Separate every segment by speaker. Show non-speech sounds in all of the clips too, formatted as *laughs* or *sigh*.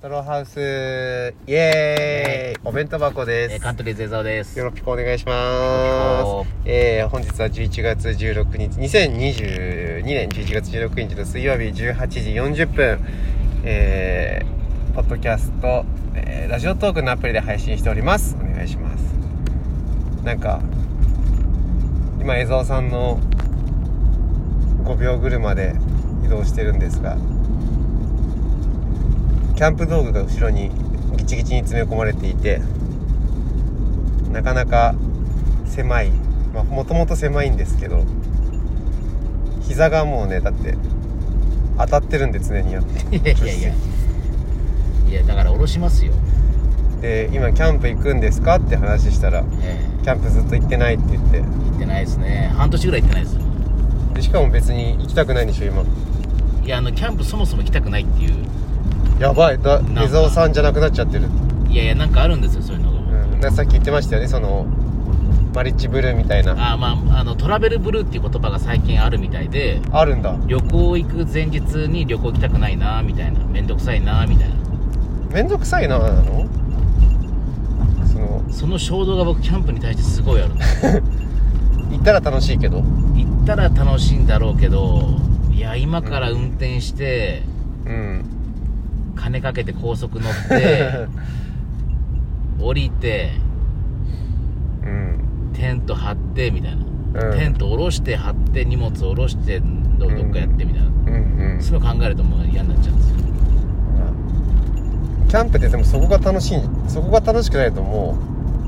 Speaker 1: トロハウスイエーイお弁当箱で
Speaker 2: えー、
Speaker 1: す
Speaker 2: カントリーゼザーです。
Speaker 1: よ
Speaker 2: よ
Speaker 1: ろぴくお願いしま
Speaker 2: ろ
Speaker 1: す
Speaker 2: ぴ
Speaker 1: えー、本日は11月16日2022年11月16日の水曜日18時40分えー、ポッドキャスト、えーラジオトークのアプリで配信しておりますお願いしますなんか今江澤さんの5秒車で移動してるんですがキャンプ道具が後ろにギチギチに詰め込まれていてなかなか狭いまあもともと狭いんですけど膝がもうねだって当たってるんで常にやって
Speaker 2: *laughs* いやいやいや。いや、だから下ろしますよ。
Speaker 1: で今キャンプ行くんですかって話したら
Speaker 2: え
Speaker 1: キャンプずっと行ってないって言って
Speaker 2: え行ってないですね。半年ぐらい行ってないです。
Speaker 1: でしかも別に行きたくないんでしょ今
Speaker 2: いや、あの、キャンプそもそも行きたくないっていう。
Speaker 1: やばいだ
Speaker 2: なんか
Speaker 1: 江澤さんじゃなくなっちゃってる
Speaker 2: いやいや、なんかあるんですよ、そういうの
Speaker 1: う
Speaker 2: が。
Speaker 1: ん、だからさっき言ってましたよねそのマリッジブルーみたいな
Speaker 2: あーまあ、あの、トラベルブルーっていう言葉が最近あるみたいで、
Speaker 1: あるんだ
Speaker 2: 旅行行く前日に旅行行きたくないな、みたいな。めんどくさいな、みたいな。
Speaker 1: めんどくさいななのその
Speaker 2: その衝動が僕、キャンプに対してすごいあるんです。
Speaker 1: 行ったら楽しいけど
Speaker 2: 行ったら楽しいんだろうけど、いや、今から運転して、
Speaker 1: うん *laughs*
Speaker 2: 金かけて高速乗って、降りて
Speaker 1: うん
Speaker 2: テント張ってみたいな、
Speaker 1: うん
Speaker 2: テント下ろして張って荷物下ろしてど
Speaker 1: うん
Speaker 2: どっかやってみたいな、
Speaker 1: うんうん
Speaker 2: そういうの考えるともう嫌になっちゃうんですよ
Speaker 1: キャンプってでもそこが楽しいそこが楽しくないとも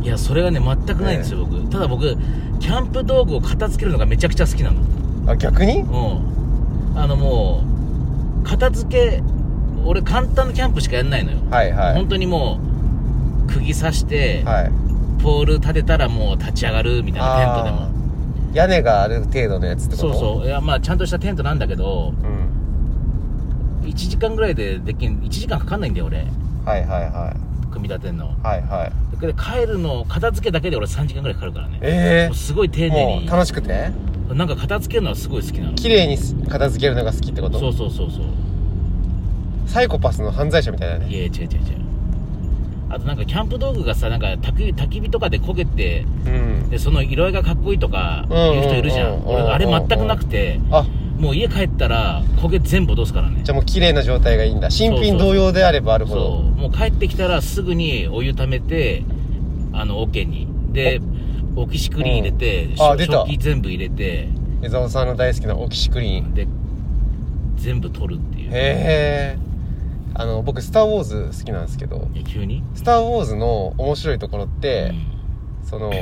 Speaker 2: いやそれがね全くないんですよ、僕ただ僕キャンプ道具を片付けるのがめちゃくちゃ好きなの
Speaker 1: うあ逆に
Speaker 2: うんあのもう片付け俺簡単なキャンプしかやんないのよ、
Speaker 1: はいはい
Speaker 2: 本当にもう釘刺して、
Speaker 1: はい
Speaker 2: ポール立てたらもう立ち上がるみたいなテントでも
Speaker 1: あー屋根がある程度のやつってこ
Speaker 2: そ
Speaker 1: と
Speaker 2: うそういやまあちゃんとしたテントなんだけど
Speaker 1: ううん
Speaker 2: 1時間ぐらいでできん1時間かかんないんだよ俺
Speaker 1: はいはいはい
Speaker 2: 組み立てんの
Speaker 1: はいはい
Speaker 2: だけど帰るの片付けだけで俺3時間ぐらいかかるからね
Speaker 1: え
Speaker 2: もうすごい丁
Speaker 1: え
Speaker 2: 寧
Speaker 1: もう
Speaker 2: に
Speaker 1: 楽しくて
Speaker 2: なんか片付けるのはすごい好きなの
Speaker 1: 綺麗に片付けるのが好きってこと
Speaker 2: そうそうそうそう
Speaker 1: サイコパスの犯罪者みたいだね
Speaker 2: いや違う違う違うあとなんかキャンプ道具がさなんか焚き焚き火とかで焦げて
Speaker 1: うん
Speaker 2: でその色合いがかっこいいとか
Speaker 1: うんうんうんうん
Speaker 2: 言う人いるじゃん俺あれ全くなくて
Speaker 1: あ
Speaker 2: もう家帰ったら焦げ全部落とすからね
Speaker 1: じゃあもう綺麗な状態がいいんだ新品同様であればあるほ
Speaker 2: そう
Speaker 1: ど
Speaker 2: もう帰ってきたらすぐにお湯ためてあの桶にでオキシクリーン入れて、
Speaker 1: ん
Speaker 2: 食
Speaker 1: あ出た
Speaker 2: 食器全部入れて
Speaker 1: 江澤さんの大好きなオキシクリーン
Speaker 2: で全部取るっていう
Speaker 1: へえあの僕「スター・ウォーズ」好きなんですけど
Speaker 2: え急に、
Speaker 1: 「スター・ウォーズ」の面白いところって
Speaker 2: う、
Speaker 1: その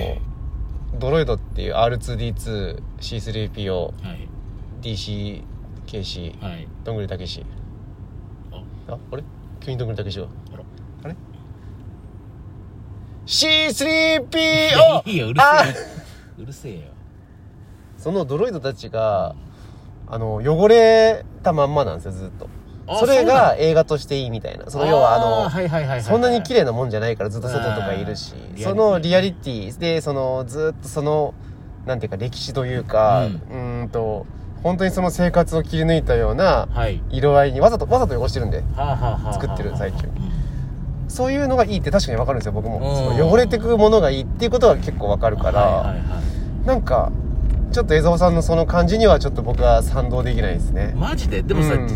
Speaker 1: ドロイドっていう R2D2C3PO
Speaker 2: んはい
Speaker 1: DC 警視
Speaker 2: はい
Speaker 1: どんぐりたけし
Speaker 2: あ
Speaker 1: ああれ急にどんぐりたけ
Speaker 2: *laughs*
Speaker 1: しが
Speaker 2: あら
Speaker 1: あれ ?C3PO!
Speaker 2: いやいいようる
Speaker 1: あ
Speaker 2: せえうるせえよ
Speaker 1: そのドロイドたちがあの汚れたまんまなんですよずっと
Speaker 2: あ
Speaker 1: それ
Speaker 2: そうな
Speaker 1: が
Speaker 2: の
Speaker 1: 映画としていいみたいなその要はあの
Speaker 2: ーはいはいはいはいはい
Speaker 1: そんなに綺麗なもんじゃないからずっと外とかいるし
Speaker 2: うん
Speaker 1: そのリアリティでそのずっとそのなんていうか歴史というかう
Speaker 2: うん
Speaker 1: ーんと本当にその生活を切り抜いたような
Speaker 2: はい
Speaker 1: 色合いにわざとわざと汚してるんで
Speaker 2: はあ、はあはあはあ、
Speaker 1: 作ってる最中
Speaker 2: うん
Speaker 1: そういうのがいいって確かにわかるんですよ僕も
Speaker 2: うん
Speaker 1: その汚れてくものがいいっていうことは結構わかるから、
Speaker 2: はいはいはい
Speaker 1: なんかちょっと江澤さんのその感じにはちょっと僕は賛同できないですね
Speaker 2: マジででもさ、
Speaker 1: うん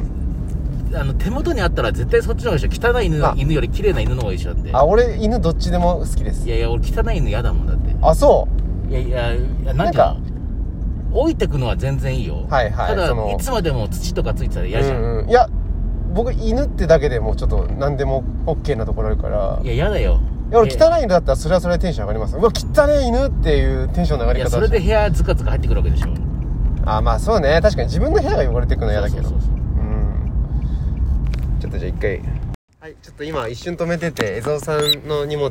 Speaker 2: あの手元にあったら絶対そっちの方がいいでしょ汚い犬
Speaker 1: あ
Speaker 2: の犬より綺麗な犬の方がいいでしょだって
Speaker 1: あ俺犬どっちでも好きです
Speaker 2: いやいや俺汚い犬嫌だもんだって
Speaker 1: あそう
Speaker 2: いやいやいや
Speaker 1: な
Speaker 2: なんん
Speaker 1: か
Speaker 2: か置いてくのは全然いいよ
Speaker 1: はいはい
Speaker 2: ただ
Speaker 1: その
Speaker 2: いつまでも土とかついてたら嫌じゃん、
Speaker 1: うんうんいや僕犬ってだけでもうちょっと何でも OK なところあるから
Speaker 2: いや嫌だよ
Speaker 1: いや俺
Speaker 2: い
Speaker 1: 汚い犬だったらそれはそれでテンション上がりますうわ汚い犬っていうテンションの上がり
Speaker 2: いや
Speaker 1: 方
Speaker 2: そ
Speaker 1: を
Speaker 2: れ
Speaker 1: し
Speaker 2: で部屋ずかずか入ってくるわけでしょ
Speaker 1: あまあそうね確かに自分の部屋が汚れていくの嫌だけど
Speaker 2: そうそうそうそ
Speaker 1: うんちょっとじゃあ一回はいちょっと今一瞬止めてて江澤さんの荷物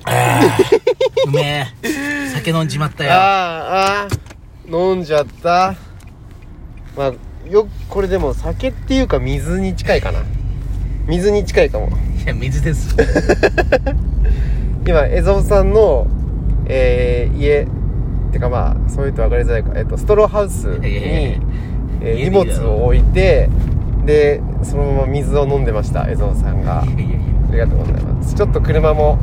Speaker 2: ううめ *laughs* え酒飲んじまったよ
Speaker 1: あーあー飲んじゃったまあよこれでも酒っていうか水に近いかな水に近いかも
Speaker 2: いや水です
Speaker 1: 今江蔵さんの、えー家ってかまあそういうと分かりづらいか、えっと、ストローハウス
Speaker 2: いやいやい
Speaker 1: に
Speaker 2: や
Speaker 1: えー
Speaker 2: 家
Speaker 1: 荷
Speaker 2: でいいだろ
Speaker 1: 物を置いてでそのまま水を飲んでました江蔵さんが
Speaker 2: いやいやい
Speaker 1: ありがとうございますちょっと車も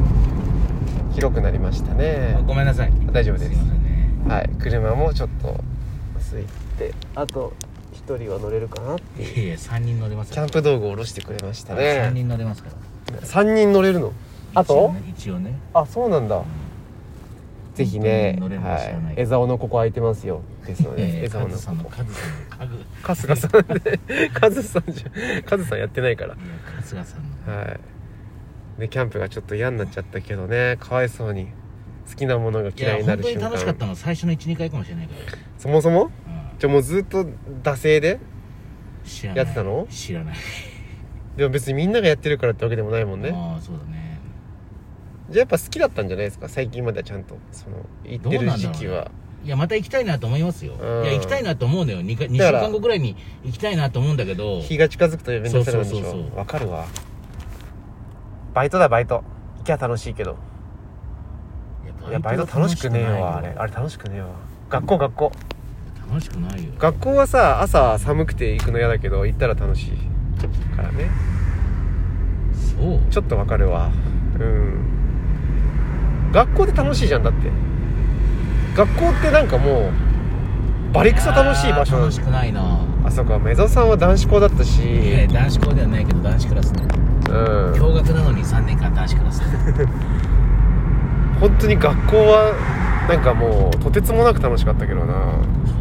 Speaker 1: 広くなりましたね
Speaker 2: やごめんなさい
Speaker 1: 大丈夫です
Speaker 2: いませんね
Speaker 1: はい車もちょっと空いてあと1人は乗れるかない
Speaker 2: やいや3人乗れます
Speaker 1: キャンプ道具を下ろしてくれました
Speaker 2: 3
Speaker 1: ね
Speaker 2: 人乗れますから
Speaker 1: 3人乗れるのあと
Speaker 2: 一応ね
Speaker 1: あそうなんだぜひね、
Speaker 2: 乗れるか知らない
Speaker 1: はい、江沢のここ空いてますよですので、
Speaker 2: え
Speaker 1: 江
Speaker 2: ーカ
Speaker 1: 沢
Speaker 2: ズ
Speaker 1: の
Speaker 2: さんのカズさんのカズい
Speaker 1: 春日さんでカズさんじゃカズさんやってないから
Speaker 2: や春日さんの
Speaker 1: はいでキャンプがちょっと嫌になっちゃったけどねかわいそうに好きなものが
Speaker 2: い
Speaker 1: 嫌いにな
Speaker 2: や
Speaker 1: る
Speaker 2: 本
Speaker 1: 瞬
Speaker 2: 当に
Speaker 1: 間
Speaker 2: 楽しかったの最初の12回かもしれないから
Speaker 1: そもそも
Speaker 2: うん
Speaker 1: じゃあもうずっと惰性で
Speaker 2: 知らな
Speaker 1: や
Speaker 2: い
Speaker 1: ってたの
Speaker 2: 知らない
Speaker 1: でも別にみんながやってるからってわけでもないもんね
Speaker 2: ああそうだね
Speaker 1: じゃあやっぱ好きだったんじゃないですか最近まではちゃんとその行って
Speaker 2: どう
Speaker 1: る
Speaker 2: なんだ
Speaker 1: 時
Speaker 2: ろう
Speaker 1: 期
Speaker 2: ね
Speaker 1: はい
Speaker 2: やまた行きたいなと思いますよ、
Speaker 1: うん
Speaker 2: いや行きたいなと思うのよ 2, か2週
Speaker 1: だから
Speaker 2: 間後ぐらいに行きたいなと思うんだけど
Speaker 1: 日が近づくと面倒くさくなるんでし
Speaker 2: そうそうそう
Speaker 1: ょ
Speaker 2: そう
Speaker 1: わかるわバイトだバイト行きゃ楽しいけどいやバイト楽しくねえわあれあれ楽しくねえわ学校学校
Speaker 2: 楽しくないよ
Speaker 1: 学校はさ朝寒くて行くの嫌だけど行ったら楽しいからね
Speaker 2: そう
Speaker 1: ちょっとわかるわうん学校で楽しいじゃんだって学校ってなんかもうバリクソ楽しい場所なん
Speaker 2: あー楽
Speaker 1: だ
Speaker 2: し
Speaker 1: よ
Speaker 2: くないな
Speaker 1: あそうかメゾさんは男子校だったし、
Speaker 2: いや男子校ではないけど男子クラスね
Speaker 1: うん
Speaker 2: 共学なのに3年間男子クラスね
Speaker 1: 本当に学校はなんかもうとてつもなく楽しかったけどな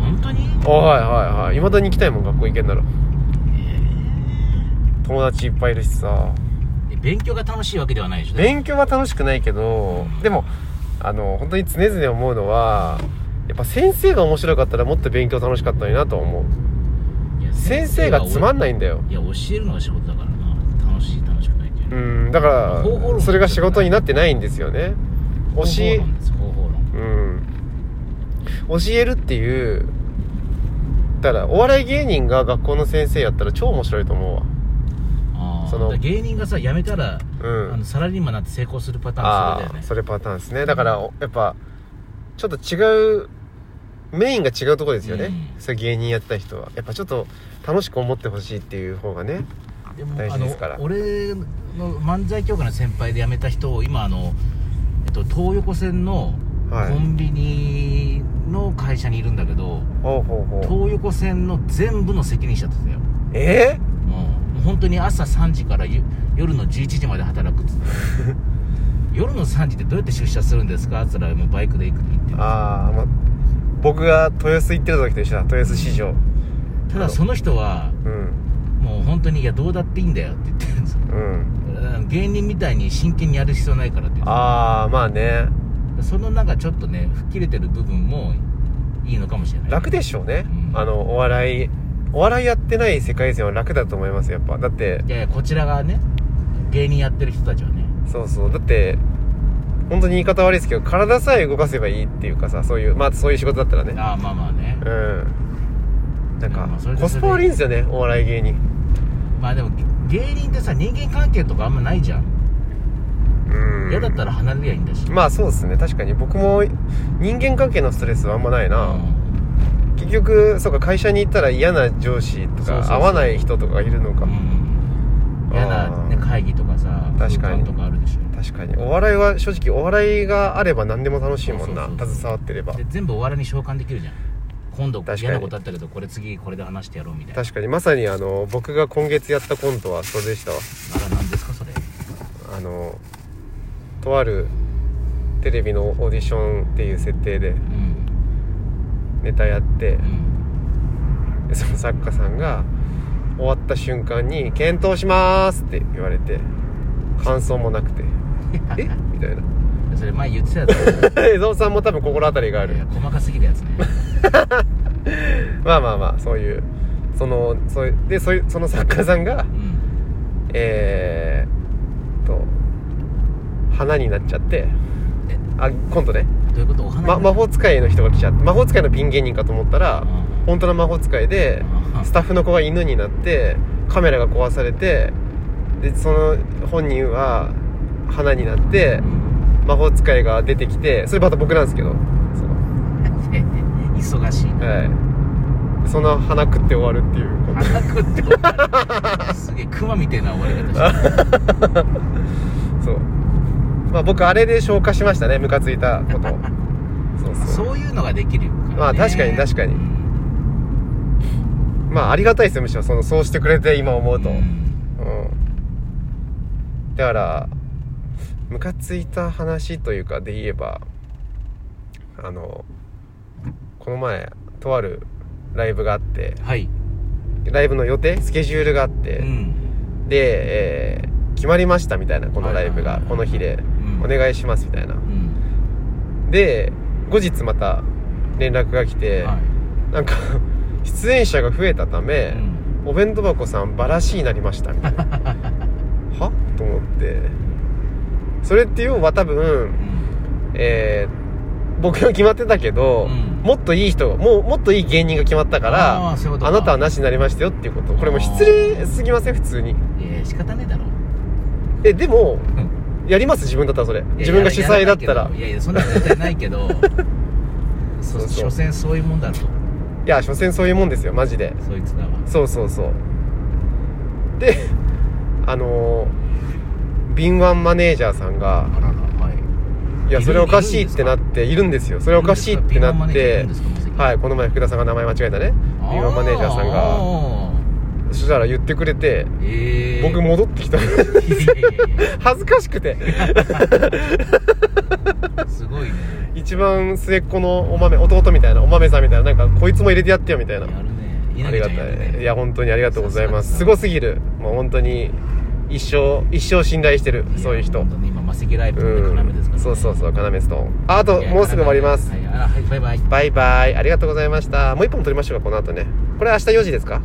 Speaker 2: 本当に
Speaker 1: あはいはいはいいまだに行きたいもん学校行けんなら友達いっぱいいるしさ
Speaker 2: えー勉強が楽しいわけではないでしょ
Speaker 1: 勉強は楽しくないけどでもあの本当に常々思うのはやっぱ先生が面白かったらもっと勉強楽しかったのになとは思う
Speaker 2: いや
Speaker 1: 先生がつまんないんだよ
Speaker 2: いや教えるのが仕事だからな楽しい楽しくないっていう
Speaker 1: う
Speaker 2: の
Speaker 1: んだか
Speaker 2: 方法論
Speaker 1: らそれが仕事になってないんですよね教え
Speaker 2: 方法論です方法論
Speaker 1: うん教えるっていうだからお笑い芸人が学校の先生やったら超面白いと思うわ
Speaker 2: あー
Speaker 1: その
Speaker 2: だから芸人がさ辞めたら、
Speaker 1: うん
Speaker 2: あのサラリーマンになって成功するパターン
Speaker 1: あ
Speaker 2: それだよ
Speaker 1: あ
Speaker 2: ね
Speaker 1: それパターンですねだからおやっぱちょっと違うメインが違うとこですよね、
Speaker 2: うん
Speaker 1: それ芸人やった人はやっぱちょっと楽しく思ってほしいっていう方がね
Speaker 2: でも
Speaker 1: 大事ですから
Speaker 2: あの俺の漫才協会の先輩で辞めた人を今あの、えっと、東横線の
Speaker 1: はい
Speaker 2: コンビニの会社にいるんだけど、
Speaker 1: ほうほうほう
Speaker 2: 東横線の全部の責任者だったよ、
Speaker 1: ええ
Speaker 2: うん、もう本当に朝3時からゆ夜の11時まで働くっつって
Speaker 1: *laughs*
Speaker 2: 夜の3時ってどうやって出社するんですかっつったらもうバイクで行くって言って
Speaker 1: ああまあ僕が豊洲行ってる時と一緒だ豊洲市場
Speaker 2: ただその人は
Speaker 1: うん
Speaker 2: もう本当に「いやどうだっていいんだよ」って言ってるんですよ
Speaker 1: うん
Speaker 2: うん芸人みたいに真剣にやる必要ないからって言っ
Speaker 1: ああまあね
Speaker 2: てそのなんかちょっとね吹っ切れてる部分もいいのかもしれない
Speaker 1: 楽でしょうね、
Speaker 2: うん
Speaker 1: あのお笑いお笑いやってない世界線は楽だと思いますやっぱだって
Speaker 2: いやいやこちら側ね芸人やってる人たちはね
Speaker 1: そうそうだって本当に言い方悪いですけど体さえ動かせばいいっていうかさそういうまあそういう仕事だったらね
Speaker 2: ああまあまあね
Speaker 1: うんなんか
Speaker 2: まあそれで
Speaker 1: コスパ悪いんですよねお笑い芸人
Speaker 2: まあでも芸人ってさ人間関係とかあんまないじゃん
Speaker 1: うん
Speaker 2: 嫌だったら離れりゃいいんだし
Speaker 1: まあそうですね確かに僕も人間関係のストレスはあんまないな、
Speaker 2: うん
Speaker 1: 結局そうか会社に行ったら嫌な上司と
Speaker 2: そうそうそう
Speaker 1: か合わない人とかいるのか
Speaker 2: うん嫌な
Speaker 1: あ
Speaker 2: ね
Speaker 1: ー
Speaker 2: 会議とかさ
Speaker 1: 確かに
Speaker 2: 空間とかあるでしょ
Speaker 1: 確かにお笑いは正直お笑いがあれば何でも楽しいもんな
Speaker 2: そうそうそう
Speaker 1: 携わってれば
Speaker 2: で全部お笑いに召喚できるじゃん今度
Speaker 1: 確かに
Speaker 2: 嫌なことあったけどこれ次これで話してやろうみたいな
Speaker 1: 確かにまさにあの僕が今月やったコントはそれでしたわ
Speaker 2: あら何ですかそれ
Speaker 1: あのとあるテレビのオーディションっていう設定で
Speaker 2: うん
Speaker 1: ネタやって
Speaker 2: うん
Speaker 1: でその作家さんが終わった瞬間に「検討します」って言われて感想もなくて「えみたいな
Speaker 2: *laughs*
Speaker 1: *laughs*
Speaker 2: それ前言ってたやつ
Speaker 1: 江蔵さんも多分心当たりがあ
Speaker 2: いや
Speaker 1: る
Speaker 2: 細かすぎるやつね
Speaker 1: まあまあまあそういうそのそういうでそういうその作家さんが
Speaker 2: うん
Speaker 1: えー、と花になっちゃって
Speaker 2: え
Speaker 1: あコントね、
Speaker 2: どういうことお花
Speaker 1: ま、魔法使いの人が来ちゃって魔法使いのピン芸人かと思ったら
Speaker 2: うん
Speaker 1: 本当の魔法使いで
Speaker 2: うん
Speaker 1: スタッフの子が犬になってカメラが壊されてでその本人は花になって
Speaker 2: うん
Speaker 1: 魔法使いが出て
Speaker 2: *laughs*
Speaker 1: きてそれまた僕なんですけどその
Speaker 2: 忙しい
Speaker 1: はいその花食って終わるっていうこと
Speaker 2: 鼻くって終わるすげえクマみたいな終わり方して
Speaker 1: *laughs* そうまあ僕あれで消化しましたねムカついた
Speaker 2: *laughs*
Speaker 1: ことそうそう
Speaker 2: るそういうのができるから、ね、
Speaker 1: まあ確かに確かにまあありがたいですよむしろそのそうしてくれて今思うと、
Speaker 2: うん
Speaker 1: うん、だからムカついた話というかで言えばあのこの前とあるライブがあって
Speaker 2: はい、
Speaker 1: ライブの予定スケジュールがあって、
Speaker 2: うん
Speaker 1: で、えー決まりましたみたいなこのライブ
Speaker 2: はい
Speaker 1: が
Speaker 2: はいはい
Speaker 1: この日で、
Speaker 2: うん
Speaker 1: お願いしますみたいな
Speaker 2: うん
Speaker 1: で後日また連絡が来て、
Speaker 2: はい
Speaker 1: なんか出演者が増えたため、
Speaker 2: うん
Speaker 1: お弁当箱さんバラシになりましたみたいなはと思ってそれって要は多分えー僕は決まってたけど、
Speaker 2: うん
Speaker 1: もっといい人もうもっといい芸人が決まったから
Speaker 2: あーそういうことか
Speaker 1: あなたはなしになりましたよっていうことこれもう失礼すぎません普通に
Speaker 2: うんいや仕方ねえだろ
Speaker 1: えでも
Speaker 2: うん
Speaker 1: やります自分だったらそれ
Speaker 2: いや
Speaker 1: 自分が主催だったら
Speaker 2: やいやいやそんなことはないけどそ
Speaker 1: *laughs* そううそう
Speaker 2: 所詮そういうもんだろ
Speaker 1: いや所詮そういうもんですよマジで
Speaker 2: そいつらは
Speaker 1: そうそうそうであのー敏腕マネージャーさんが
Speaker 2: あららはい
Speaker 1: いやそれおかしいってなっているんですよそれおかしいってなってはいいこの前福田さんが名前間違えたね敏腕マネージャーさんがそしたら言ってくれて
Speaker 2: ええ
Speaker 1: 僕戻ってきた *laughs*
Speaker 2: いやいやい
Speaker 1: 恥ずかしくて
Speaker 2: や *laughs* すごいね
Speaker 1: 一番末っ子のお豆弟みたいなお豆さんみたいななんかこいつも入れてやってよみたい
Speaker 2: や
Speaker 1: な
Speaker 2: るね
Speaker 1: あ
Speaker 2: 稲
Speaker 1: りが
Speaker 2: 毛ち
Speaker 1: た
Speaker 2: ゃんやる
Speaker 1: い
Speaker 2: ね
Speaker 1: いや本当にありがとうございます
Speaker 2: さす
Speaker 1: す
Speaker 2: が
Speaker 1: ご
Speaker 2: です
Speaker 1: すぎるもう本当に一生一生信頼してるそういう人
Speaker 2: 本当に今マセキライブ
Speaker 1: う
Speaker 2: の要ですか
Speaker 1: ん
Speaker 2: らね
Speaker 1: そうそうそう要ストーンああと
Speaker 2: いや
Speaker 1: もうすぐ終わります
Speaker 2: はいあらはいバイバイ
Speaker 1: バイバイありがとうございましたもう一本撮りましょうかこの後ねこれ明日4時ですか